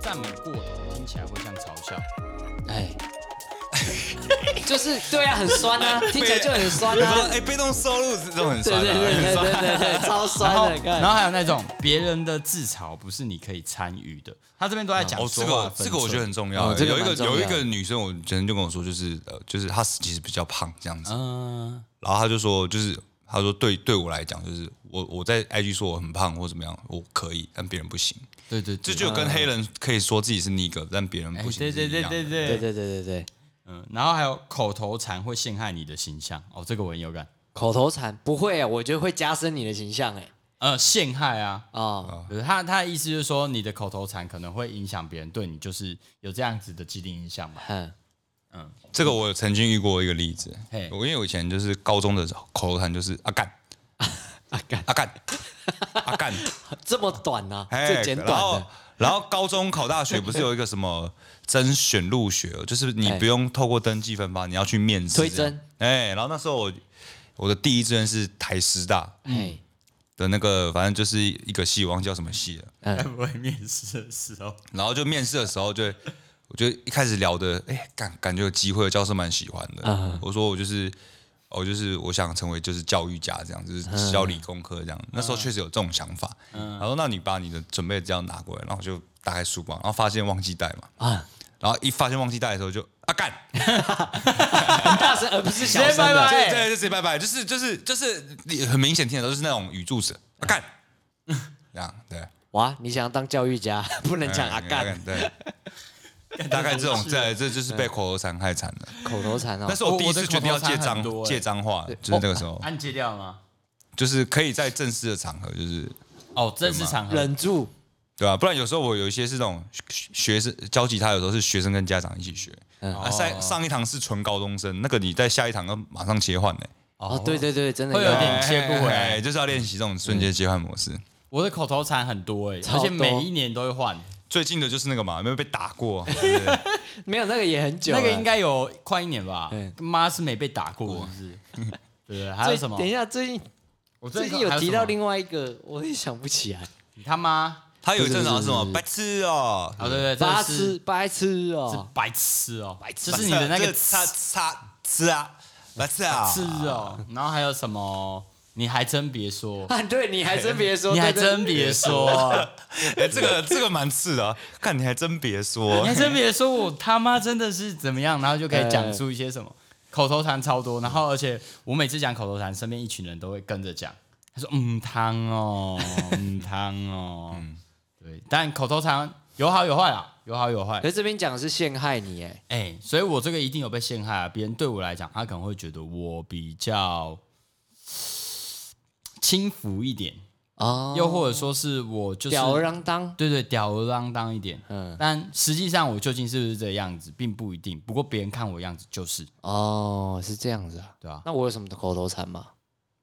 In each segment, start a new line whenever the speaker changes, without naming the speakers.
赞美过头听起来会像嘲笑。
哎， 就是对啊，很酸啊，听起来就很酸啊。
哎，被动收入这种很啊
对
哎酸
对
的，
对
很
对
酸。
对对对，超
然后
酸的，，
然
看
后还哎有那种别人的自嘲不是你可以参与的，他这边都在讲
哦，这
说话
个
的分寸、
这个我觉得很重要。哎
哦这个
有一
蛮
个
重要
有一个女生，我之前就跟我说，就是呃，就是她其实比较胖这样子，
嗯，
然后她就说，就是她说对对我来讲，就是我我在 IG 说我很胖或怎么样，我可以，但别人不行。
对对
这
对，
就跟黑人可以说自己是尼格，但别人
哎
不行
对
是
对
一
对
样的。
对
嗯对
对，
对对对对，
嗯，然后还有口头禅会陷害你的形象，哦，这个我很有感。
口头禅不会啊，我觉得会加深你的形象哎。
呃，陷害啊，
哦，
就是他他的意思就是说，你的口头禅可能会影响别人对你，就是有这样子的既定印象嘛。
哼，
这个我有曾经遇过一个例子，
嘿
我因为我以前就是高中的时候口头禅就是 阿干
啊，干
阿干阿干，
这么短啊，
嘿
这简短
然后
的，
然后高中考大学不是有一个什么甄选入学，哦就是你
哎
不用透过登记分发，你要去面试
推
这样
甄。
哎，然后那时候我我的第一志愿是台师大
哎，
的那个，反正就是一个系，我忘记叫什么系了。
嗯
该不会面试的时候，
然后就面试的时候就会， 我觉得一开始聊的，哎，感感觉有机会，教授蛮喜欢的。
啊
嗯
我说我就是，我就是我想成为就是教育家这样，
啊
就是教理工科这样。那时候确实有这种想法。然后那你把你的准备资料拿过来，然后我就打开书包，然后发现忘记带嘛。
啊，
然后一发现忘记带的时候就啊干，
很大声呃而不是 小声
直接拜
的
拜，
对对，就直接拜拜，就是就是就是你很明显听得到，就是那种语助词啊干，这样对。嗯啊
哇，你想要当教育家， 不能
哎
讲
啊
阿干，
对。 大概这种，这这就是被口头禅害惨了。
口头禅哦
那，是我第一次决定要
我
借
我的口头禅很多
脏
欸哦
借脏话，就是那个时候，
按揭掉吗？
就是可以在正式的场合，就是
哦，正式场合，
忍住，
对吧、不然有时候我有一些是那种学学生教吉他，有时候是学生跟家长一起学。
嗯
啊，
哦
上上一堂是纯高中生，那个你在下一堂要马上切换呢、
哦，对对对，真的
会有点
哎
切不回来
哎就是要练习这种瞬间切换模式。
我的口头禅很多哎、
超
而
多
且每一年都会换，
最近的就是那个嘛，有没有被打过？啊对不对
没有那个也很久了，哎
那个应该有快一年吧
对？
妈是没被打过，是不 是？对对，还有
最
什么
哦等？一下，最近
我
最近有提到另外一个，我也想不起来，
你他妈
他有一阵子好像是 什么白痴哦，
啊！对对，这
白
个是
痴白痴
是
哦，
白痴哦，白
痴
就是你的那
啊这
个
叉叉吃啊，白痴啊，
是哦，然后还有什么？你还真别说，
啊， 对，你还真别说，
你还
对
真，别说，
哎、这个这个蛮刺的、啊，看你还真别说
你还，真别说，我他妈真的是怎么样？然后就可以讲出一些什么口头禅超多，然后而且我每次讲口头禅，身边一群人都会跟着讲。他说：“嗯，汤哦，嗯，汤哦，对，但口头禅有好有坏啊，有好有坏
对可。是这边讲的是陷害你，哎，
哎、所以我这个一定有被陷害啊！别人对我来讲，他可能会觉得我比较轻浮一点，
哦，
又或者说是我就是
吊儿郎当，
对对吊儿郎当一点。
嗯，
但实际上我究竟是不是这样子，并不一定。不过别人看我的样子就是，
哦，是这样子啊，
对吧、啊？
那我有什么口头禅吗？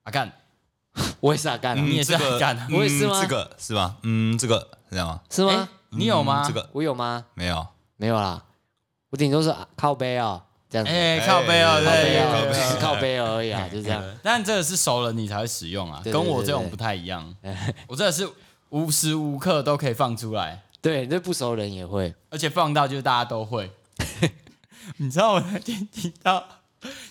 阿啊干，
我也是阿干啊，
你也是
嗯这
阿
个
干啊、
我也是吗
这个是吧？嗯，这个知道吗？嗯
是吗
哎？你有吗？
这个
我有吗？
没有，
没有啦，我顶多是啊靠背哦，这样子，
哎、靠背哦，
哎
靠背
对
哦，
对
就
对
是
对。
靠背而已啊，就这样。
但这个是熟人你才会使用啊，
对对
跟我
对
这种
对
不太一样。我这个是无时无刻都可以放出来。
对，这不熟人也会，
而且放到就是大家都会。 你知道我那天听到，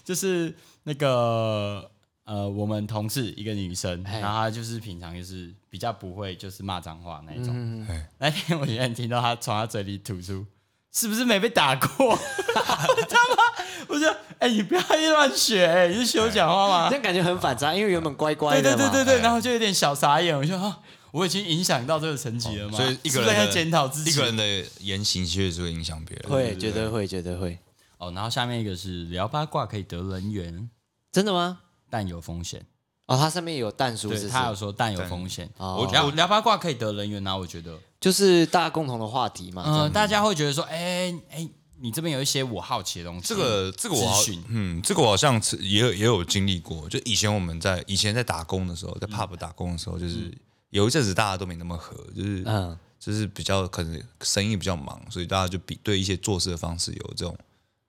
就是那个呃，我们同事一个女生，
嘿
然后她就是平常就是比较不会就是骂脏话那一种。
嗯，
那天我远远听到她从她嘴里吐出，是不是没被打过？ 我他妈！我说，哎、你不要乱学、哎，你是学我讲话吗
这？样感觉很反差，因为原本乖乖
对哦对
的
对
嘛，
对对，然后就有点小傻眼，我就说、啊我已经影响到这个层级了吗？
哦所以一
是
个
不
人
是
的
在检讨自己，
一个人的言行确实会影响别人。
会绝对会绝对会，
哦，然后下面一个是聊八卦可以得人缘，
真的吗？
但有风险。
哦，它上面有蛋叔，是
对
不是
他有说但有风险。
哦
我聊聊八卦可以得人缘啊，我觉得，
就是大家共同的话题嘛。这
嗯、
样
大家会觉得说，哎、哎、你这边有一些我好奇的东西。
这个这个我好
咨询，
嗯，这个我好像是也有也有经历过。就以前我们在以前在打工的时
嗯
候，在 pub 打工的时候，就是有一阵子大家都没那么合，就是
嗯，
就是比较可能生意比较忙，所以大家就比对一些做事的方式有这种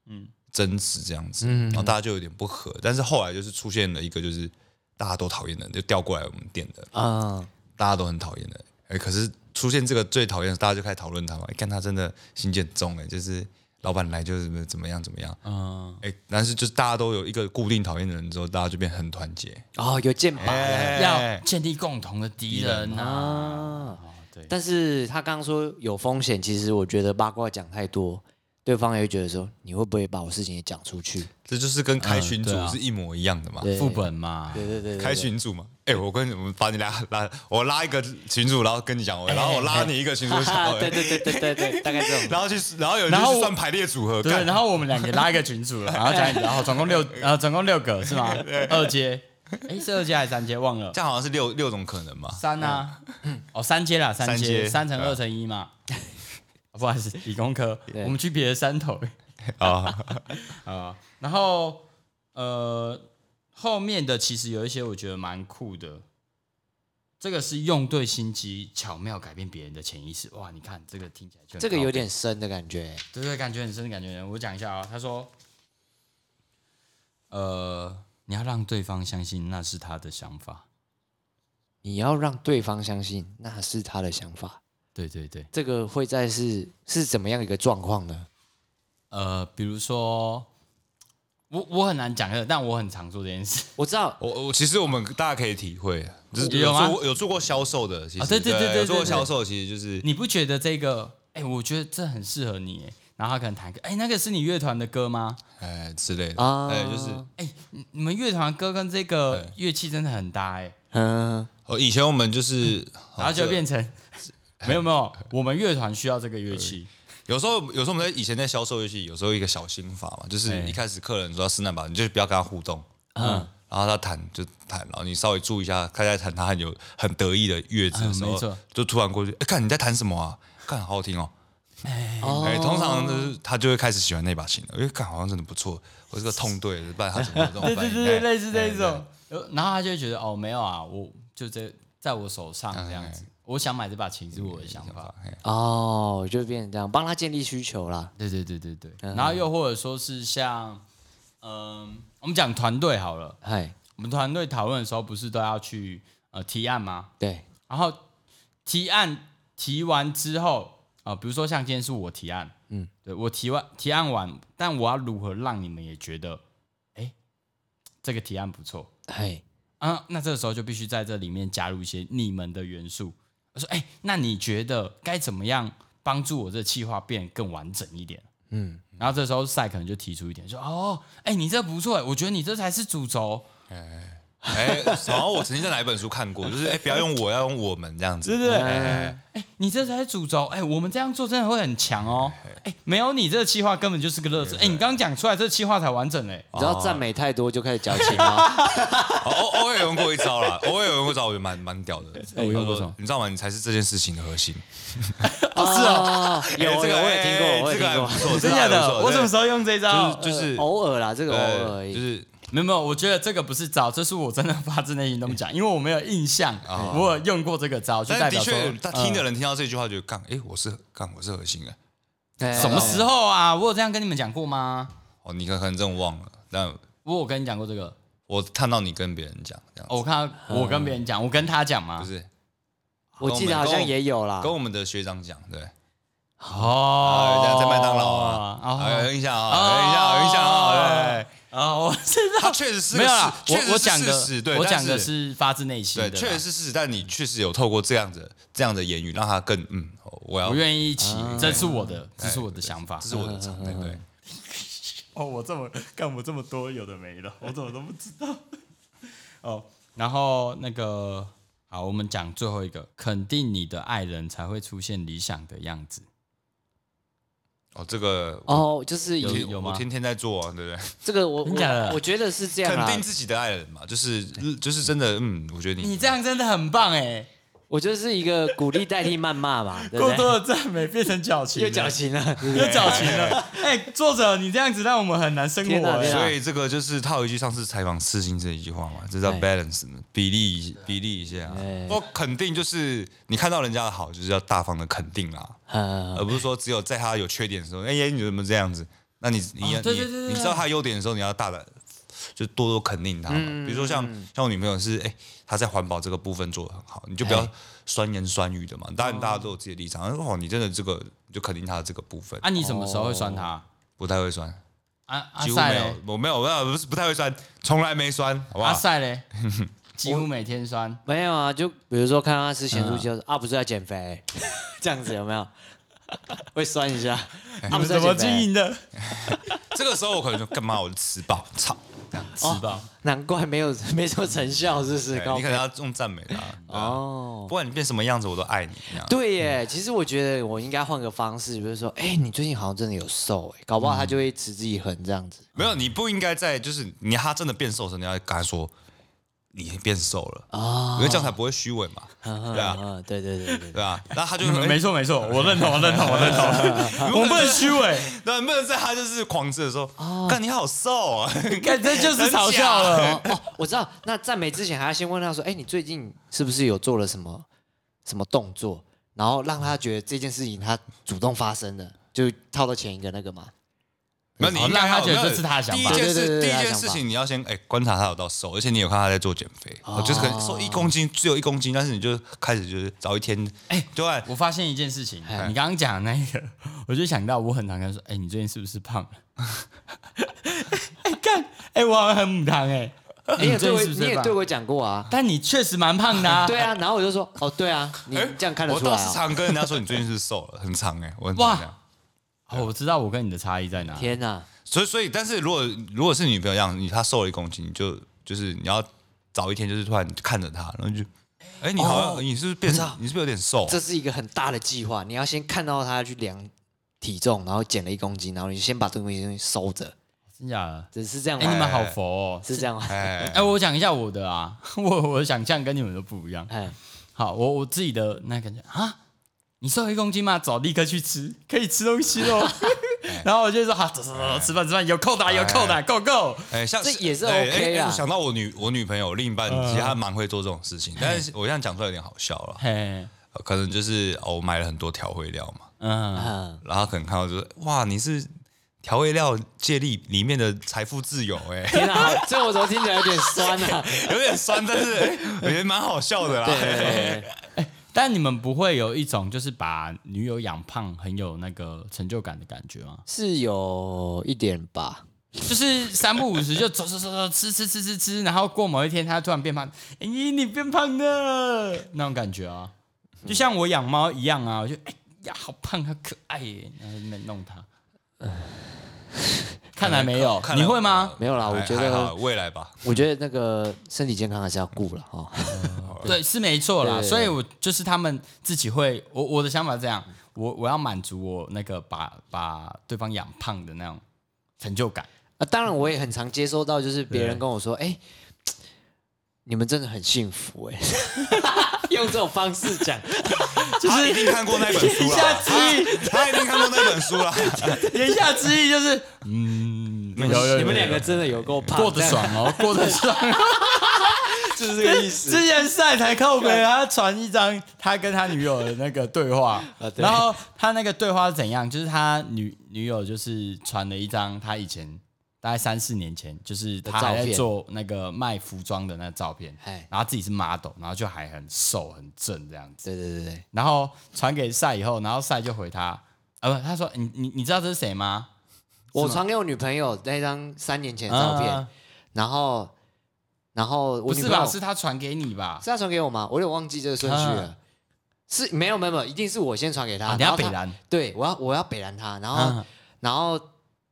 嗯争执这样子，
嗯
然后大家就有点不和。但是后来就是出现了一个就是大家都讨厌的人，就调过来我们店的，
啊，
大家都很讨厌的。哎，可是出现这个最讨厌，大家就开始讨论他嘛。你看他真的心机很重哎、就是老板来就是怎么怎么样怎么样
嗯，
哎、但是就是大家都有一个固定讨厌的人之后，大家就变很团结。
哦，有剑拔了
哎
要建立共同的敌人呐。
啊。
哦，对，
但是他刚刚说有风险，其实我觉得八卦讲太多，对方也会觉得说你会不会把我事情也讲出去？
这就是跟开群
嗯对啊
组是一模一样的嘛。
对
副本嘛，
对对对对，
开群组嘛，哎、我跟你我们把你拉拉，我拉一个群组，然后跟你讲，然后我拉你一个群组，
啊，对对
然
对对对对，大概这种。
后去，然后有人
然后我
就去算排列组合，
对，
干
然后我们两个拉一个群组了，然后加你，然后总共六呃，总共六个是吗？二阶，哎，是二阶还是三阶？忘了
这。样好像是六六种可能嘛。
三啊，哦，三阶啦，三
三
阶，
阶
三乘
对啊
二乘一嘛。 不好意思，理工科，我们去别的山头
啊，
啊。然后呃，后面的其实有一些我觉得蛮酷的，这个是用对心机，巧妙改变别人的潜意识。哇，你看这个听起来就很
这个
高
有
级
点深的感觉，
对对，感觉很深的感觉很深。我讲一下啊、他说，呃，你要让对方相信那是他的想法。
你要让对方相信那是他的想法，
对对对，
这个会在是是怎么样一个状况呢？
呃，比如说，我我很难讲的，但我很常做这件事。
我知道，
我我其实我们大家可以体会，就是
有吗
做过有做过销售的，其实
啊对对对对对
有做过
对
销售，其实就是
你不觉得这个？哎，我觉得这很适合你耶。然后他可能弹个，哎，那个是你乐团的歌吗？
哎之类的，
啊
哎就是
你你们乐团的歌跟这个
对
乐器真的很搭哎。
嗯，
哦，以前我们就是，
然后
哦这
就
个
变成，没有没有，我们乐团需要这个乐器。
有时候，有时候我们在以前在销售游戏，有时候一个小心法嘛，就是
哎
一开始客人说要试难吧，你就不要跟他互动，嗯，然后他弹就弹，然后你稍微注意一下，他在弹他很有很得意的乐子的时
嗯
候，
没错
就突然过去，哎，看你在弹什么啊？看好好听哦，
哦
哎，通常就是他就会开始喜欢那把琴了，因哎为看好像真的不错，我这个痛对了，不然他怎么有这种
对
反
对对
应？
对，
哎
类似这一。
哎
种。有然后他就会觉得哦，没有啊，我就这在我手上这样子，我想买这把琴是我的想法。
哦，就变成这样，帮他建立需求啦。
对对对对对。然后又或者说是像，嗯，我们讲团队好了，
嗨，
我们团队讨论的时候不是都要去呃提案吗？
对，
然后提案提完之后啊、比如说像今天是我提案，嗯
嗯，
对我提完提案完，但我要如何让你们也觉得，哎，这个提案不错，
嗨，
啊，那这个时候就必须在这里面加入一些你们的元素。我说，哎、那你觉得该怎么样帮助我这计划变更完整一点？
嗯，
然后这时候赛可能就提出一点，说，哦，哎、你这不错，我觉得你这才是主轴。
哎，然后我曾经在哪一本书看过，就是哎，不要用我，要用我们这样子，
对不对？哎、
哎，
你这才是主轴。哎、我们这样做真的会很强哦。哎、没有你这个计划根本就是个乐子。哎、你刚刚讲出来，这个计划才完整哎、
只要赞美太多就开始矫情了。
偶偶偶尔有用过一招啦，偶尔有用过一招，我觉得蛮蛮屌的。
哎我用过什么
你知道吗？你才是这件事情的核心。
哦，有
哎
有，
这个
我也听
哎
过，我也
这
听
个还
过
不，错，
真假
这个还不
的？
错
我什么时候用这招？
对就是就是
偶尔啦，这个偶尔而
呃，
已。
就是
没有没有，我觉得这个不是招，这是我真的发自内心这么讲，因为我没有印象，我有用过这个招，就代
但
表
的
说
确，他听的
呃
人听到这句话，觉得干，哎，我是干，我是核心的。
哎
什么时候啊？我有这样跟你们讲过吗？
哦，你可可能真的忘了，但
我有跟你讲过这个，
我看到你跟别人讲这样子，
哦我看到我跟别人讲，我跟他讲
不
嘛，
是
我记得好像也有
啊
啦
跟。我们的学长讲，对，
哦
啊，这样在麦当劳啊，啊有
哦
印象啊，有印象，有印象啊，对，
哦，我知
他
道，
确实是
没
个
有
事
啦，
确实
我我
是
讲
事实
的
对，
我
但
讲的是发自内心
对，
的，
确实，是事实，但
嗯
你确实有透过这样子这样的言语，让他更嗯，哦我要
我愿嗯意一起，这是我的，这是我的想法
这，是我的长才对。
哦，我这么干，我这么多有的没的，我怎么都不知道。 哦，然后那个好，我们讲最后一个，肯定你的爱人才会出现理想的样子。
哦，这个
哦，就是
我
有
以
天
有吗
我天天在做啊，对不对？
这个我
真假的
我我觉得是这样
肯
啊
啦
定。自己的爱人嘛，就是就是真的，嗯，我觉得你
你这样真的很棒哎，
我觉得是一个鼓励代替谩骂嘛，对不
过
对？
多的赞美变成矫情了，
又矫情了，
又矫情了。 哎，作者，你这样子让我们很难生
天
活
哪
哎
天。哪
啊所以这个就是套一句上次采访刺青这一句话嘛，这叫
哎
balance 比例比例一下。我肯定就是你看到人家的好，就是要大方的肯定啦，
嗯，
啊
而不是说只有在哎他有缺点的时候，哎呀你怎么这样子？那你你
哦对对对对
你你知道他优点的时候，你要大胆就多多肯定他嘛。
嗯
比如说像像我女朋友是，哎、她在环保这个部分做的很好，你就不
哎
要酸言酸语的嘛。当然大家都有自己的立场，哦，你真的这个你就肯定她的这个部分，
啊，你什么时候会酸他？
不太会酸，
啊，阿
几乎没
赛嘞
有，，我没有，没有，不是不太会酸，从来没酸，好不
阿
好？
赛嘞，几乎每天酸。
没有啊，就比如说看到他吃咸猪
嗯
鸡，我说啊，不是在减肥， 这样子有没有？ 会酸一下，
哎
啊，不是在减肥，
的？
这个时候我可能就干嘛，我就吃饱，操，这样吃
吃吧，
难怪没有没什么成效，是不是？
对
高
你可能要用赞美他，哦，不管你变什么样子，我都爱你。这样
对耶，其实我觉得我应该换个方式，比如说，哎，你最近好像真的有瘦，哎，搞不好他就会持之以恒这样子。
没有，你不应该在就是你他真的变瘦的时候，你要跟他说你变瘦了啊，
哦
因为这样才不会虚伪 嘛，对啊，
嗯，对对对对，
对啊。那他 就会说
没
哎
错没错，我认同，我认同，我认同。我们不能虚伪，
对，哎不能在他就是狂吃的时候，看你好瘦 啊，
看这就是嘲笑了。
哦，我知道。那赞美之前还要先问他说，哎，你最近是不是有做了什么什么动作，然后让他觉得这件事情他主动发生的，就套到前一个那个嘛。
没有，你
好
应该
让他
要
觉得
没有
这是他的想
第一
法
件
对对对
事，第
对
一
他的
件
想
事
法
情你要先哎观察他有到瘦，而且你有看他在做减肥，
哦
就是可能瘦一公斤只有一公斤，但是你就开始就是早一天，哎，对，
我发现一件事情，你刚刚讲的那个，我就想到我很常跟他说，哎，你最近是不是胖了？ 哎，干，哎，我好像很母汤哎，哎
你也对
最
我，
近是不
你
是
也
胖
对？我讲过啊。
但你确实蛮胖的啊。
对啊，然后我就说，哦，对啊，你这样看得
我
出来
倒是
啊。
常跟人家说你最近是瘦了，很长哎，我很常
哇
这样。
哦，我知道我跟你的差异在哪。
天哪，
所以，所以，但是如果如果是女朋友一样，你她瘦了一公斤，你就就是你要早一天，就是突然看着她，然后就，哎、你好像、
哦
你是不是变瘦？你是不是有点瘦？
这是一个很大的计划，你要先看到他去量体重，然后减了一公斤，然后你先把这个东西收着，
真假的？
只是这样
哎，
吗？
你们好佛哦。
是这样吗？
哎、
哎，我讲一下我的啊， 我我的想象跟你们都不一样。
哎，
好，我我自己的那感觉啊，你瘦一公斤吗？走，立刻去吃，可以吃东西喽。 然后我就说好，走走走，吃饭吃饭，有扣打有扣打，Go Go！
哎、像
这也是
哎
OK
哎
啦
我想到我女我女朋友另一半，其实她蛮会做这种事情，但是我这样讲出来有点好笑了，
嘿，
可能就是哦，我买了很多调味料嘛，
嗯，
嗯，
然后她可能看到就是哇，你是调味料界里里面的财富自由哎、
天哪，好这我怎么听起来有点酸 啊？
有点酸，但是、哎我觉得蛮好笑的啦。
对，
但你们不会有一种就是把女友养胖很有那个成就感的感觉吗？
是有一点吧。
就是三不五时就走走走走，吃吃吃吃吃，然后过某一天她突然变胖，哎，你变胖了那种感觉啊，就像我养猫一样啊，我就哎呀好胖，好可爱耶，然后在那边弄它。 看来没有
看，来呃
你会吗？
没有啦
还
我觉得
还好未来吧，
我觉得那个身体健康还是要顾了哈。
对，是没错啦。
对对
所以我就是他们自己会，我我的想法是这样，我我要满足我那个把把对方养胖的那种成就感。
啊，当然我也很常接收到，就是别人跟我说，哎，你们真的很幸福哎， 用这种方式 讲，
他一定看过那本 书
言下
啦，
之意，
他一定看过那本书啦。
言下之意就是，嗯，有有有
你们两个
有
真的有够胖，
过得爽哦，过得爽。
这样，就是啊这个意思。
之前赛台靠北，他传一张他跟他女友的那个对 话，
啊对
然后他那个对话是怎样？就是他女女友就是传了一张他以前大概三四年前，就是他还
的照
在
片
做那个卖服装的那照片
哎，
然后自己是 model，然后就还很瘦很正这样子，
对对对对，
然后传给赛以后，然后赛就回他，呃，不，他说你你你知道这是谁吗？
我传给我女朋友那张三年前的照片，
啊
然后，然后
不
我女
是
朋友
吧？是他传给你吧？
是他传给我吗？我有点忘记这个顺序了。
啊
是没有没有没有，一定是我先传给他。
啊你
然
要
后他
北兰
对我要我要北兰他，然后、
啊
然后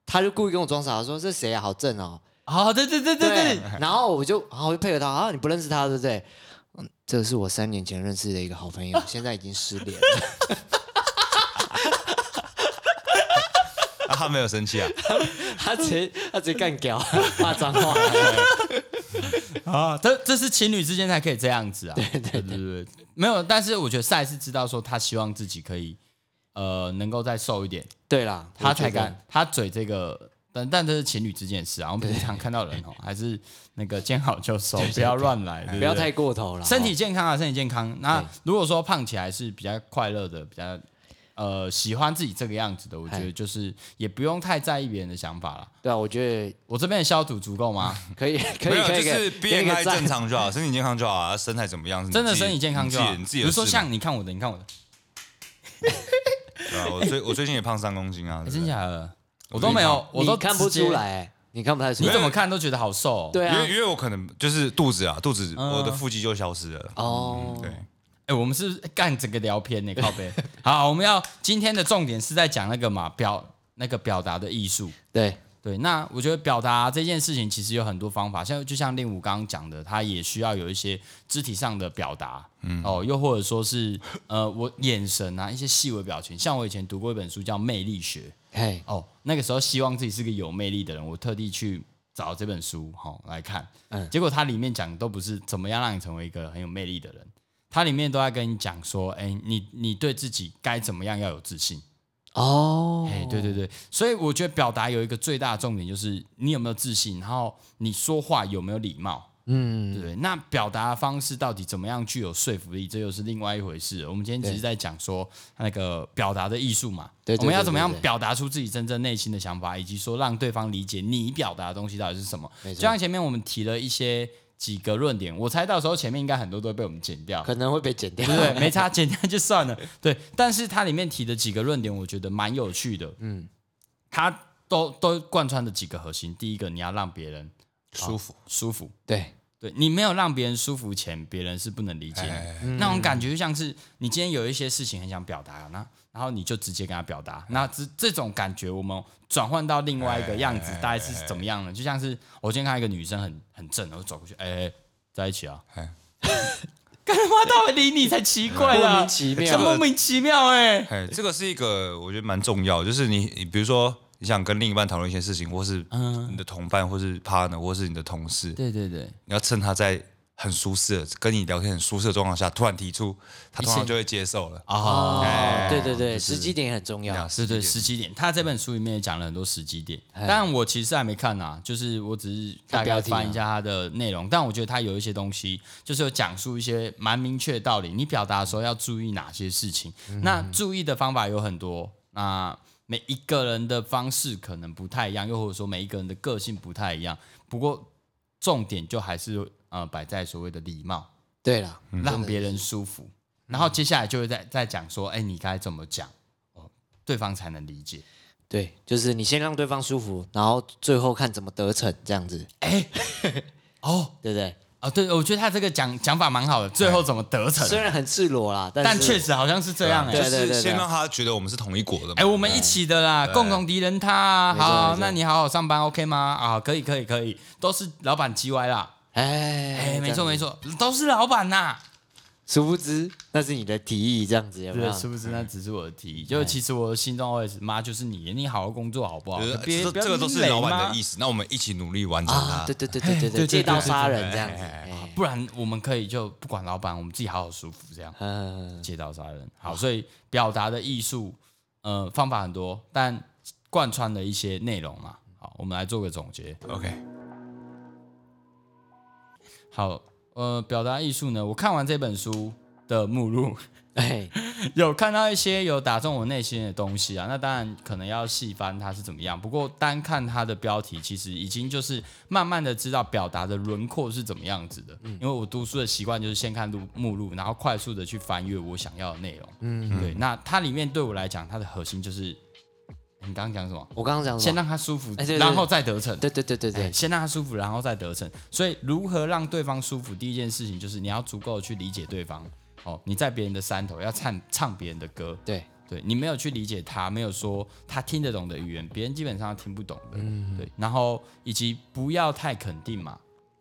他就故意跟我装傻，说这谁啊，好正哦。
哦，对对对对对，
然后我就然后我就配合他啊，你不认识他对不对？嗯，这是我三年前认识的一个 好朋友，现在已经失联了。
啊他没有生气啊，
他直接他直接干掉，骂脏话。
啊，这这是情侣之间才可以这样子啊。对对对对没有，但是我觉得赛是知道说他希望自己可以呃能够再瘦一点，
对啦，
他
我觉
才
得
敢他嘴这个。但但这是情侣之间的事啊，我们平常看到人哦， 还是那个见好就收，不要乱来，对
不要
对
太过头了。
身
哦
体健康啊，身体健康。那如果说胖起来是比较快乐的，比较呃喜欢自己这个样子的，我觉得就是也不用太在意别人的想法啦。
对啊，我觉得
我这边的消毒足够吗？
可以，可
没
以，
有，
可
就
以，
是
可以给你个
BMI
赞
正常就好，身体健康就好啊，身材怎么样？是你
真的
自己
身体健康就
你自
好。
己你自
比
己
如
的事嘛。
说像你看我的，你看我的，
对啊我最我最近也胖三公斤啊，
哎
对不
真
对
假的，我都没有，我都
你看不
直接
出，来，你看不太出
你
来
怎，么看都觉得好瘦、哦。
对
因
啊
为，因为我可能就是肚子啊，肚子
嗯
我的腹肌就消失了。
哦，
对，
哎、我们是不是干整个聊偏呢、靠背。 好，我们要今天的重点是在讲那个嘛表那个表达的艺术。
对，
对，那我觉得表达这件事情其实有很多方法，像就像令武刚刚讲的，他也需要有一些肢体上的表达，嗯，哦，又或者说是呃，我眼神啊，一些细微表情。像我以前读过一本书叫《魅力学》，
嘿，
哦，那个时候希望自己是个有魅力的人，我特地去找这本书哈、哦、来看，
嗯
结果它里面讲的都不是怎么样让你成为一个很有魅力的人，它里面都在跟你讲说，哎，你你对自己该怎么样要有自信，
哦，
哎，对对对，所以我觉得表达有一个最大的重点就是你有没有自信，然后你说话有没有礼貌，对
嗯，
不对？那表达的方式到底怎么样具有说服力，这又是另外一回事了。我们今天只是在讲说那个表达的艺术嘛，
对对对
我们要怎么样
对对对
表达出自己真正内心的想法，以及说让对方理解你表达的东西到底是什么。
没
就
错
像前面我们提了一些几个论点，我猜到时候前面应该很多都会被我们剪掉，
可能会被剪掉
对，不对？没差，简单就算了。对，但是它里面提的几个论点，我觉得蛮有趣的。嗯，它都都贯穿的几个核心。第一个，你要让别人哦
舒服。
舒服。
对，
对你没有让别人舒服前，别人是不能理解你。
哎，
那种
嗯
感觉就像是你今天有一些事情很想表达，那然后你就直接跟他表达。那这这种感觉，我们转换到另外一个样
哎
子，大概是怎么样呢？就像是我今天看到一个女生很很正，我就走过去，哎、哎在一起啊，
哎
干他妈到底理你才奇怪
莫
啦
名，其
这
妙，
莫名其妙哎、
哎，这个是一个我觉得蛮重要，就是你你比如说你想跟另一半讨论一些事情，或是
嗯
你的同伴，或是 partner，或是你的同事，
对对对，
你要趁他在很舒适的跟你聊天很舒适的状况下，突然提出，他通常就会接受了。
啊、
哦，对对对，
就是
时机点很重要，
对对，时
是
机点，他这本书里面也讲了很多时机点，但我其实还没看啊，就是我只是大概翻一下它的内容，但我觉得它有一些东西，就是有讲述一些蛮明确的道理，你表达的时候要注意哪些事情，那注意的方法有很多，那每一个人的方式可能不太一样，又或者说每一个人的个性不太一样，不过重点就还是呃摆在所谓的礼貌，
对了，
让别人舒服，然后接下来就会再再讲说，哎，你该怎么讲，哦，对方才能理解。
对，就是你先让对方舒服，然后最后看怎么得逞，这样子，
哦
对不对？
哦，对，我觉得他这个讲讲法蛮好的，最后怎么得逞？
虽然很赤裸啦，
但
但
确
是
实好像是这样哎、
对
就
对对
是
对
先让他觉得我们是同一国的嘛。
哎、我们一起的啦，共同敌人他啊、
没错没
好，
错
那你好好上班，OK 吗？啊，可以，可以，可以，都是老板 G Y 啦。
哎
哎、没
这
错
样
没错，都是老板呐。
殊不知那是你的提议，这样子有没
对，啊哎
有？
是不是？那只是我的提议，就是其实我的心中 OS 妈就是你，你好好工作好不好
觉得？
别
这
不要
这个都是
累
老
吗
板的意思，那我们一起努力完成
啊，
它
对。对对对 对
对对
对，借刀
对对
杀
对
人这样子，
啊
哎
不然我们可以就不管老板，我们自己好好舒服这样。
嗯，
借刀杀人。好，所以表达的艺术，呃，方法很多，但贯穿了一些内容嘛。好，我们来做个总结。
OK，
好，呃，表达艺术呢，我看完这本书的目录，
哎，
有看到一些有打中我内心的东西啊。那当然可能要细翻它是怎么样，不过单看它的标题，其实已经就是慢慢的知道表达的轮廓是怎么样子的。
嗯
因为我读书的习惯就是先看录目录，然后快速的去翻阅我想要的内容。嗯，对。那它里面对我来讲，它的核心就是你刚刚讲什么？
我刚刚讲什
先
么？
让他舒服，
哎对对对
然后再得逞。
对对对对
哎
对，
先让他舒服，然后再得逞。所以，如何让对方舒服，第一件事情就是你要足够地去理解对方。哦，你在别人的山头要唱唱别人的歌，
对，
对你没有去理解他，没有说他听得懂的语言，别人基本上听不懂的。对，然后以及不要太肯定嘛。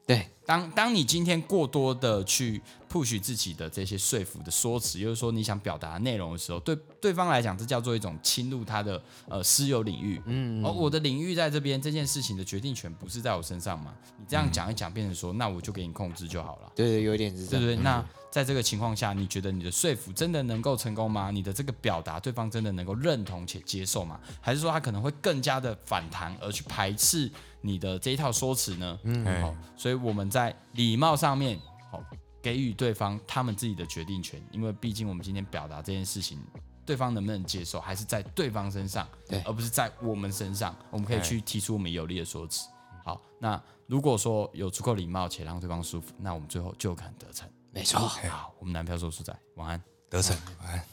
对，
当当你今天过多的去 push 自己的这些说服的说辞，也就是说你想表达的内容的时候，对对方来讲，这叫做一种侵入他的呃私有领域。嗯，而我的领域在这边，这件事情的决定权不是在我身上嘛？你这样讲一讲，变成说，那我就给你控制就好了。
对对，有点是这
对不对？
样，
那在这个情况下，你觉得你的说服真的能够成功吗？你的这个表达，对方真的能够认同且接受吗？还是说他可能会更加的反弹，而去排斥你的这一套说辞呢？嗯，
哎
好、所以我们在礼貌上面，好、给予对方他们自己的决定权，因为毕竟我们今天表达这件事情，对方能不能接受，还是在对方身上，
对
而不是在我们身上，我们可以
哎
去提出我们有力的说辞。好，那如果说有足够礼貌且让对方舒服，那我们最后就有可能得逞。
没错，
好，我们男票说书仔，晚安。
得逞，晚安。哎